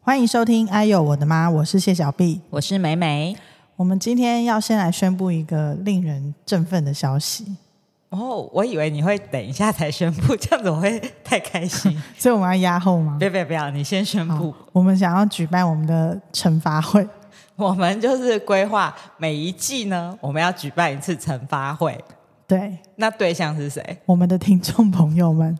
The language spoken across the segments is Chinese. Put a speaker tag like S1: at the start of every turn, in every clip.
S1: 欢迎收听《哎呦我的妈》，我是谢小碧。
S2: 我是美美。
S1: 我们今天要先来宣布一个令人振奋的消息，
S2: 哦，我以为你会等一下才宣布， 这样子我会太开 心。
S1: 所以我们要压后吗
S2: 不？要不要不要，你先宣
S1: 好
S2: 布。
S1: 我们想要举办我们的惩罚会，
S2: 我们就是规划每一季呢，我们要举办一次惩罚会。
S1: 对
S2: 那对象是谁？
S1: 我们的听众朋友们，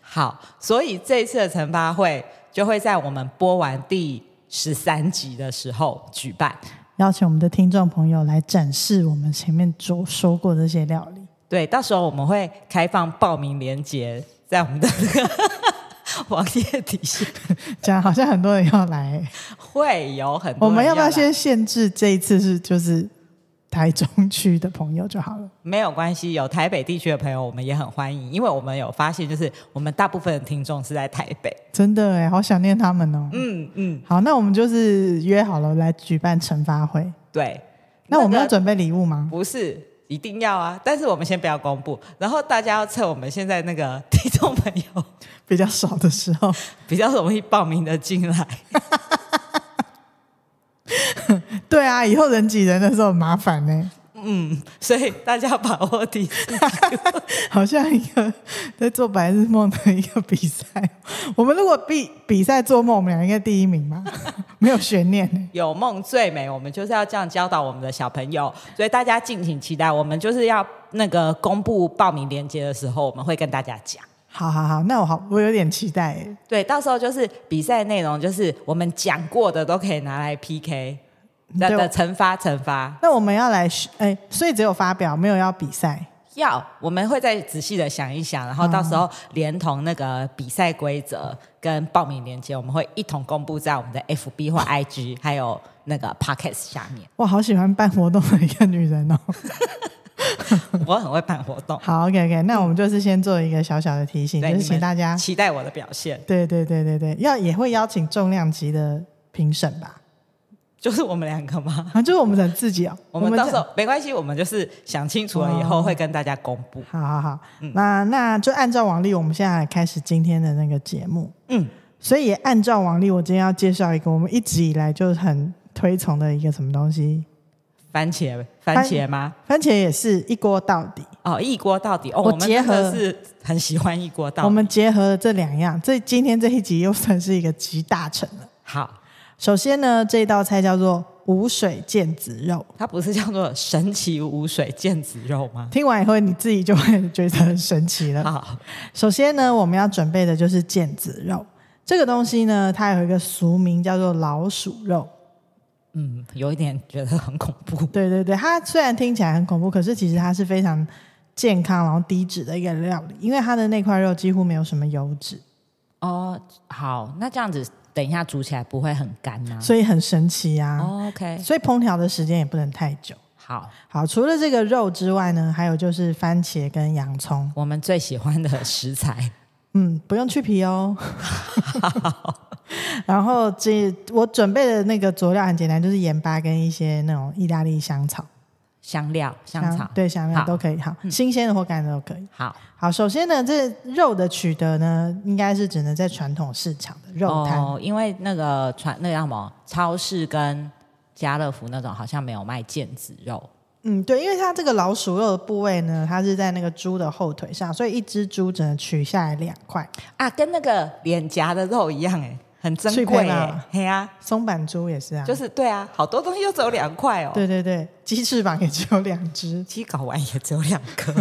S2: 好，所以这一次的惩罚会就会在我们播完第十三集的时候举办。
S1: 邀请我们的听众朋友来展示我们前面说说过的这些料理。
S2: 对，到时候我们会开放报名链接在我们的那个 网页底下，
S1: 这样好像很多人要来，
S2: 会有很多
S1: 我们
S2: 人
S1: 要不要
S2: 来
S1: 先限制这一次是就是台中区的朋友就好了？
S2: 没有关系，有台北地区的朋友，我们也很欢迎，因为我们有发现，就是我们大部分的听众是在台北。
S1: 真的哎，好想念他们哦。
S2: 嗯嗯，
S1: 好，那我们就是约好了来举办惩罚会。
S2: 对。
S1: 那我们要
S2: 个
S1: 准备礼物吗？
S2: 不是一定要啊，但是我们先不要公布，然后大家要趁我们现在那个听众朋友
S1: 比较少的时候，
S2: 比较容易报名的进来。
S1: 对啊，以后人挤人的时候很麻烦呢、
S2: 嗯，所以大家把握第一次
S1: 好像一个在做白日梦的一个比赛。 我们如果比比赛做梦，我们俩应该第一名吧， 没有悬念、欸。
S2: 有梦最美，我们就是要这样教导我们的小朋友，所以大家敬请期待。我们就是要那个公布报名链接的时候，我们会跟大家讲。
S1: 好好好，那我好，我有点期待、欸。
S2: 对，到时候就是比赛内容，就是我们讲过的都可以拿来 PK，那
S1: 对
S2: 的惩罚惩罚
S1: 那我们要来，哎、所以只有发表，没有要比赛。
S2: 要，我们会再仔细的想一想，然后到时候
S1: 嗯
S2: 连同那个比赛规则跟报名链接，我们会一同公布在我们的 FB 或 IG，还有那个 Podcast 下面。
S1: 哇，好喜欢办活动的一个女人哦。
S2: 我很会办活动，
S1: 好，OK OK，那我们就是先做一个小小的提醒，
S2: 对
S1: 就是
S2: 你
S1: 请
S2: 们
S1: 大家
S2: 期待我的表现，
S1: 对对对对对，要也会邀请重量级的评审吧？
S2: 就是我们两个吗？
S1: 啊，就是我们的自己哦。
S2: 我们到时
S1: 这
S2: 候没关系，我们就是想清楚了以
S1: 哦
S2: 后会跟大家公布。
S1: 好好好，
S2: 嗯
S1: 那那就按照往例，我们现在来开始今天的那个节目。
S2: 嗯，
S1: 所以也按照往例，我今天要介绍一个我们一直以来就很推崇的一个什么东西，
S2: 番茄番
S1: 番
S2: 茄吗？
S1: 番茄也是一锅到底。
S2: 哦，一锅到底哦，
S1: 我
S2: 我们
S1: 结
S2: 真的
S1: 合
S2: 是很喜欢一锅到底。
S1: 我们结合了这两样，这今天这一集又算是一个集大成了。
S2: 好，
S1: 首先呢，这道菜叫做无水腱子肉。
S2: 它不是叫做神奇无水毽子肉 吗？
S1: 听完以后，你自己就会觉得很神奇了。
S2: 好，
S1: 首先呢，我们要准备的就是腱子肉。这个东西呢，它有一个俗名叫做老鼠肉。
S2: 嗯，有一点觉得很恐怖。
S1: 对对对，它虽然听起来很恐怖，可是其实它是非常健康然后低脂的一个料理，因为它的那块肉几乎没有什么油脂，
S2: 哦，好，那这样子等一下煮起来不会很干吗、
S1: 所以很神奇啊。
S2: 啊哦 OK，
S1: 所以烹调的时间也不能太久。
S2: 好，
S1: 好，除了这个肉之外呢，还有就是番茄跟洋葱。
S2: 我们最喜欢的食材，
S1: 嗯，不用去皮哦。 然后这我准备的那个佐料很简单，就是盐巴跟一些那种意大利香草、
S2: 香料、香草。
S1: 对香料
S2: 好嗯
S1: 都可以，好，新鲜的或干的都可以。
S2: 好，
S1: 好，首先呢，这肉的取得呢，应该是只能在传统市场的肉摊。
S2: 哦，因为那个传那个叫什么超市跟家乐福那种好像没有卖毽子肉。
S1: 嗯，对，因为它这个老鼠肉的部位呢，它是在那个猪的后腿上，所以一只猪只能取下来两块。
S2: 啊，跟那个脸颊的肉一样哎、很
S1: 脆
S2: 珍
S1: 片
S2: 贵哎、
S1: 啊
S2: 嘿啊，
S1: 松板猪也是啊，
S2: 就是对啊，好多东西都只有两块哦。
S1: 对对对，鸡翅膀也只有两只。
S2: 鸡睾丸也只有两颗，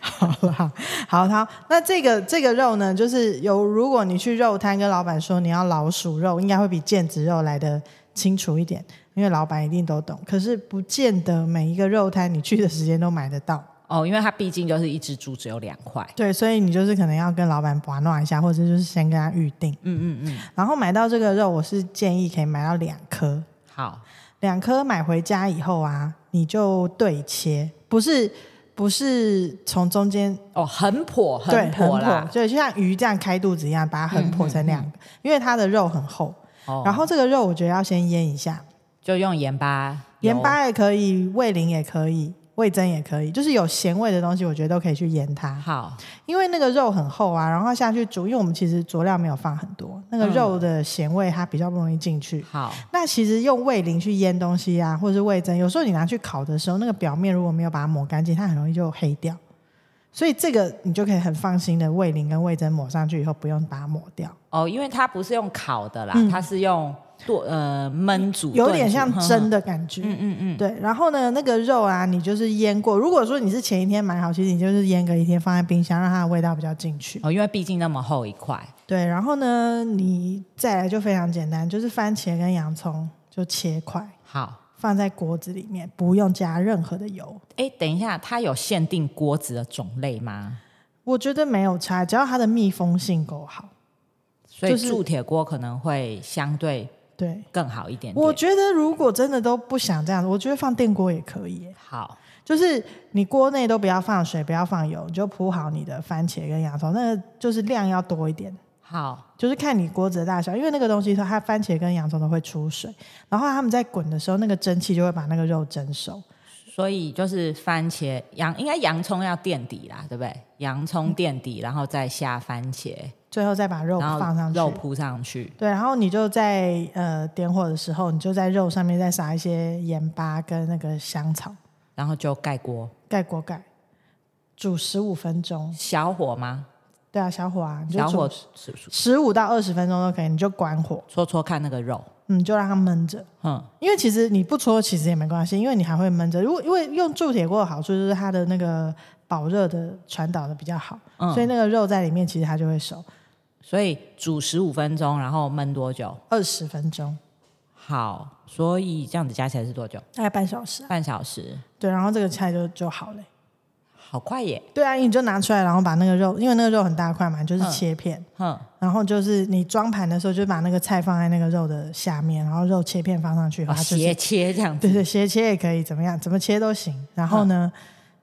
S1: 好啦，好，好，那这个这个肉呢，就是有，如果你去肉摊跟老板说你要老鼠肉，应该会比腱子肉来的清楚一点，因为老板一定都懂。可是不见得每一个肉摊你去的时间都买得到，
S2: 哦，因为它毕竟就是一只猪只有两块。
S1: 对，所以你就是可能要跟老板把弄一下，或者就是先跟他预定。
S2: 嗯嗯嗯，
S1: 然后买到这个肉，我是建议可以买到两颗，
S2: 好，
S1: 两颗买回家以后啊，你就对切，不是不是从中间
S2: 哦，很破，
S1: 对，
S2: 破
S1: 很
S2: 啦。嗯
S1: 对，就像鱼这样开肚子一样，把它横破成两个，因为它的肉很厚。
S2: 哦，
S1: 然后这个肉我觉得要先腌一下，
S2: 就用盐巴，
S1: 盐
S2: 油
S1: 巴也可以，味淋也可以，味增也可以，就是有咸味的东西，我觉得都可以去腌它，
S2: 好，
S1: 因为那个肉很厚啊，然后下去煮，因为我们其实佐料没有放很多，那个
S2: 嗯
S1: 肉的咸味它比较不容易进去。
S2: 好，
S1: 那其实用味淋去腌东西啊，或者是味增，有时候你拿去烤的时候，那个表面如果没有把它抹干净，它很容易就黑掉。所以这个你就可以很放心的味淋跟味增抹上去以后，不用把它抹掉，
S2: 哦，因为它不是用烤的啦，
S1: 嗯
S2: 它是用剁呃焖煮，
S1: 有点像
S2: 炖煮
S1: 蒸，的感觉。
S2: 嗯嗯嗯，
S1: 对，然后呢，那个肉啊，你就是腌过。如果说你是前一天买好，其实你就是腌个一天，放在冰箱，让它的味道比较进去。
S2: 哦，因为毕竟那么厚一块，
S1: 对，然后呢，你再来就非常简单，就是番茄跟洋葱就切块，
S2: 好。
S1: 放在锅子里面，不用加任何的油。
S2: 哎，等一下，它有限定锅子的种类吗？
S1: 我觉得没有差，只要它的密封性够好。
S2: 所以
S1: 就是
S2: 铸铁锅可能会相对
S1: 对，
S2: 更好一点点。
S1: 我觉得如果真的都不想这样，我觉得放电锅也可以耶。
S2: 好，
S1: 就是你锅内都不要放水，不要放油，你就铺好你的番茄跟洋葱，那个就是量要多一点。
S2: 好，
S1: 就是看你锅子的大小，因为那个东西它番茄跟洋葱都会出水，然后它们在滚的时候，那个蒸汽就会把那个肉蒸熟。
S2: 所以就是番茄洋，应该洋葱要垫底啦，对不对？洋葱垫底，然后再下番茄，
S1: 最后再把肉
S2: 然后
S1: 放上去，
S2: 肉铺上去。
S1: 对，然后你就在呃点火的时候，你就在肉上面再撒一些盐巴跟那个香草，
S2: 然后就盖锅，
S1: 盖锅盖，煮十五分钟。
S2: 小火吗？
S1: 对啊，小火啊，你
S2: 小
S1: 就
S2: 火
S1: 煮
S2: 搓搓
S1: 十五到二十分钟都可以，你就关火，
S2: 搓搓看那个肉，
S1: 嗯，就让它焖着。
S2: 哼，
S1: 因为其实你不搓其实也没关系，因为你还会闷着。如果因为用铸铁锅的好处就是它的那个保热的传导的比较好，
S2: 嗯
S1: 所以那个肉在里面其实它就会熟。
S2: 所以煮十五分钟，然后焖多久？
S1: 二十分钟，
S2: 好，所以这样子加起来是多久？
S1: 大概半小时啊、
S2: 半小时，
S1: 对，然后这个菜就就好了。
S2: 好快耶！
S1: 对啊，你就拿出来，然后把那个肉，因为那个肉很大块嘛，你就是
S2: 嗯
S1: 切片。
S2: 哼，
S1: 然后就是你装盘的时候，就把那个菜放在那个肉的下面，然后肉切片放上去，然
S2: 哦
S1: 后啊就是、
S2: 斜切这样子，
S1: 对对，斜切也可以，怎么样，怎么切都行。然后呢，
S2: 嗯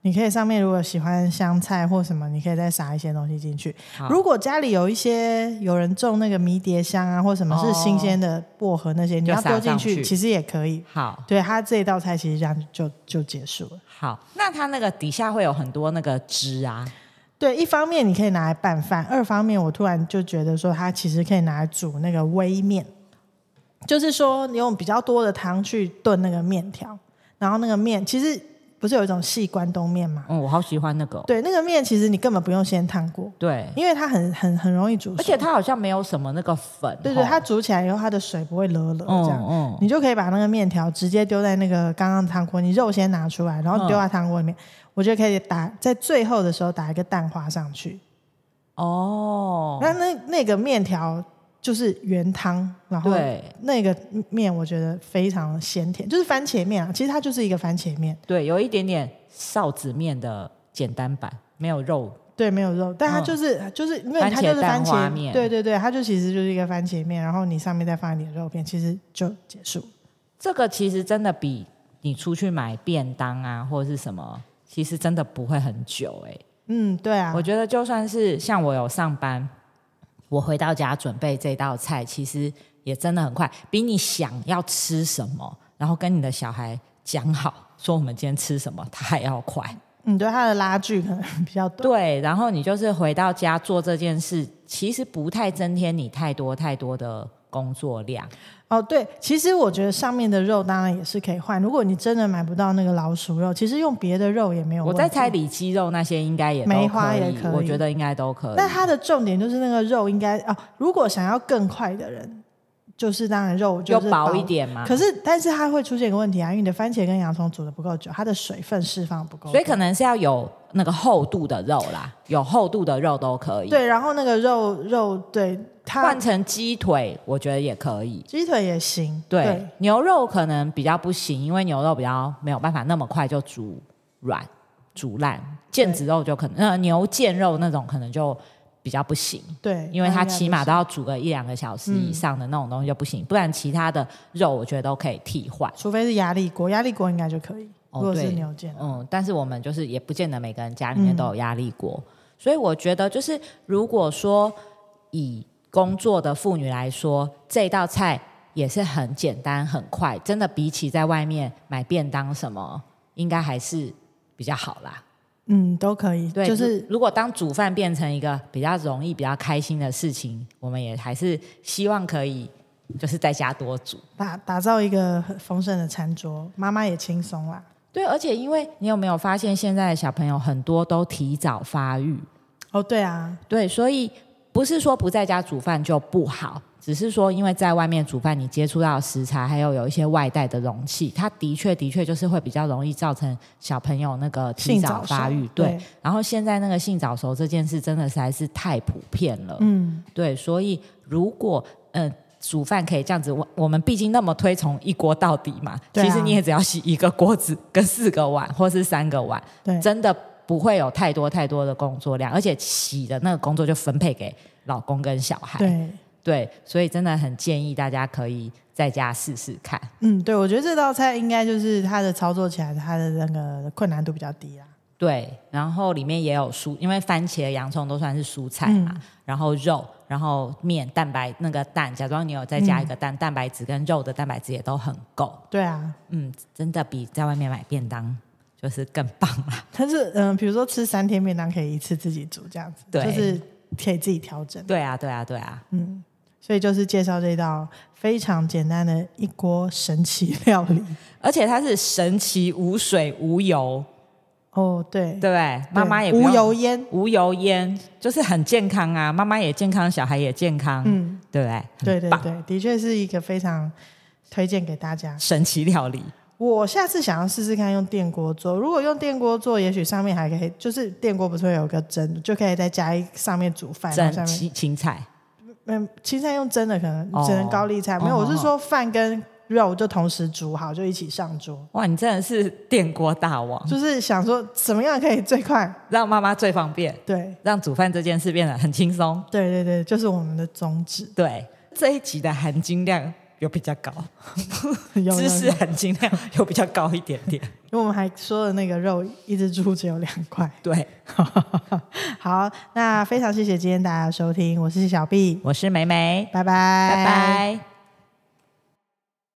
S1: 你可以上面如果喜欢香菜或什么，你可以再撒一些东西进去
S2: 好。
S1: 如果家里有一些有人种那个迷迭香啊，或什么
S2: 哦
S1: 是新鲜的薄荷那些，你
S2: 就
S1: 要
S2: 撒
S1: 丢进
S2: 上
S1: 去，
S2: 去
S1: 其实也可以。
S2: 好
S1: 对，它这一道菜其实这样就就结束了。
S2: 好，那它那个底下会有很多那个汁啊，
S1: 对，一方面你可以拿来拌饭，二方面我突然就觉得说，它其实可以拿来煮那个微面，就是说你用比较多的汤去炖那个面条，然后那个面其实不是有一种细关东面嘛？
S2: 嗯，我好喜欢那个哦，
S1: 对，那个面其实你根本不用先烫过，
S2: 对，
S1: 因为它很很很容易煮熟，
S2: 而且哦它好像没有什么那个粉，
S1: 对对，
S2: 吼
S1: 它煮起来以后它的水不会勒勒这样。
S2: 嗯嗯，
S1: 你就可以把那个面条直接丢在那个刚刚的汤锅，你肉先拿出来，然
S2: 嗯
S1: 后丢在汤锅里面。我觉得可以打在最后的时候打一个蛋花上去，
S2: 哦，
S1: 那那那个面条就是原汤，然
S2: 哦
S1: 后
S2: 对
S1: 那个面我觉得非常鲜甜，就是番茄面啊，其实它就是一个番茄面，
S2: 对，有一点点臊子面的简单版，没有肉，
S1: 对，没有肉，但它就是、就是因为它就是番
S2: 嗯番茄蛋花
S1: 茄
S2: 面
S1: 对对对，它就其实就是一个番茄面，然后你上面再放一点肉片，其实就结束。
S2: 这个其实真的比你出去买便当啊或者是什么，其实真的不会很久哎、
S1: 嗯，对啊
S2: 我，觉得就算是像我有上班，我回到家准备这道菜，其实也真的很快，比你想要吃什么，然后跟你的小孩讲好说我们今天吃什么，他还要快。
S1: 嗯，对，它的拉距可能比较短。
S2: 对，然后你就是回到家做这件事，其实不太增添你太多太多的工作量。
S1: 哦，对，其实我觉得上面的肉当然也是可以换，如果你真的买不到那个老鼠肉，其实用别的肉也没有
S2: 我
S1: 问题。
S2: 在猜里脊肉那些应该也都
S1: 梅花
S2: 可
S1: 也
S2: 以，
S1: 可以
S2: 我觉得应该都可以。
S1: 但它的重点就是那个肉应该哦，如果想要更快的人，就是当然肉就
S2: 就是薄一。点啊嘛。
S1: 可是，但是它会出现一个问题啊，因为你的番茄跟洋葱煮的不够久，它的水分释放不够多，
S2: 所以可能是要有那个厚度的肉啦，有厚度的肉都可以。，
S1: 对。然后那个肉肉对它
S2: 换成鸡腿，我觉得也可以。
S1: 鸡腿也行，
S2: 对，牛肉可能比较不行，因为牛肉比较没有办法那么快就煮软、煮烂。腱子肉就可能，呃，牛腱肉那种可能就比较不行，
S1: 对，
S2: 因为它起码
S1: 的
S2: 都要煮个一两个小时以上的那种东西就不行。不然其他的肉我觉得都可以替换。
S1: 除非是压力锅，压力锅应该就可以。
S2: 哦
S1: 如果是
S2: 对
S1: 牛腱，
S2: 嗯，但是我们就是也不见得每个人家里
S1: 嗯
S2: 面都有压力锅，所以我觉得就是如果说以工作的妇女来说，这道菜也是很简单很快，真的比起在外面买便当什么，应该还是比较好啦。
S1: 嗯，都可以，
S2: 对，
S1: 就是
S2: 如果当煮饭变成一个比较容易、比较开心的事情，我们也还是希望可以就是在家多煮。
S1: 打打造一个很丰盛的餐桌，妈妈也轻松啦。
S2: 对，而且因为你有没有发现，现在的小朋友很多都提早发育，
S1: 哦，对啊，
S2: 对，所以不是说不在家煮饭就不好，只是说因为在外面煮饭，你接触到的食材，还有有一些外带的容器，它的确的确就是会比较容易造成小朋友那个提
S1: 性
S2: 早
S1: 早熟
S2: 发育。对，，然后现在那个性早熟这件事真的实在是太普遍了。
S1: 嗯，
S2: 对，所以如果呃煮饭可以这样子，我我们毕竟那么推崇一锅到底嘛，
S1: 对啊
S2: 其实你也只要洗一个锅子跟四个碗或是三个碗，
S1: 对，
S2: 真的不会有太多太多的工作量，而且洗的那个工作就分配给老公跟小孩。
S1: 对，
S2: 对所以真的很建议大家可以在家试试看。
S1: 嗯，对，我觉得这道菜应该就是它的操作起来，它的那个困难度比较低啦。
S2: 对，然后里面也有蔬，因为番茄、洋葱都算是蔬菜嘛，
S1: 嗯
S2: 然后肉，然后面、蛋白那个蛋，假装你有再加一个蛋，蛋白质跟肉的蛋白质也都很够，
S1: 对啊，
S2: 嗯，真的比在外面买便当就是更棒啊啦。
S1: 但是嗯、比如说吃三天便当可以一次自己煮这样子，
S2: 对
S1: 就是可以自己调整。
S2: 对啊，对啊，对啊，
S1: 嗯，所以就是介绍这道非常简单的一锅神奇料理。
S2: 而且它是神奇无水无油，
S1: 哦，对，
S2: 对不对？妈妈也不
S1: 无
S2: 用
S1: 油烟，
S2: 无油烟，就是很健康啊，妈妈也健康，小孩也健康，
S1: 嗯，
S2: 对不对？
S1: 对
S2: 很
S1: 对
S2: 棒
S1: 对，的确是一个非常推荐给大家。
S2: 神奇料理，
S1: 我下次想要试试看用电锅做，如果用电锅做，也许上面还可以，就是电锅不是会有个蒸，就可以再加一上面煮饭，然后上
S2: 蒸
S1: 面
S2: 青青菜。
S1: 嗯，青菜用蒸的可能
S2: 哦
S1: 只能高丽菜，没有，
S2: 哦
S1: 我是说饭跟肉就同时煮好，就一起上桌。
S2: 哇，你真的是电锅大王，
S1: 就是想说怎么样可以最快？
S2: 让妈妈最方便，
S1: 对，
S2: 让煮饭这件事变得很轻松。
S1: 对对对，就是我们的宗旨。
S2: 对，这一集的含金量有比较高，
S1: 有有
S2: 知识
S1: 有
S2: 含金量有比较高一点点。
S1: 因为我们还说了那个肉，一只猪只有两块。
S2: 对，
S1: 好，那非常谢谢今天大家的收听，我是小毕，
S2: 我是梅梅，
S1: 拜拜，
S2: 拜
S1: 拜
S2: 拜。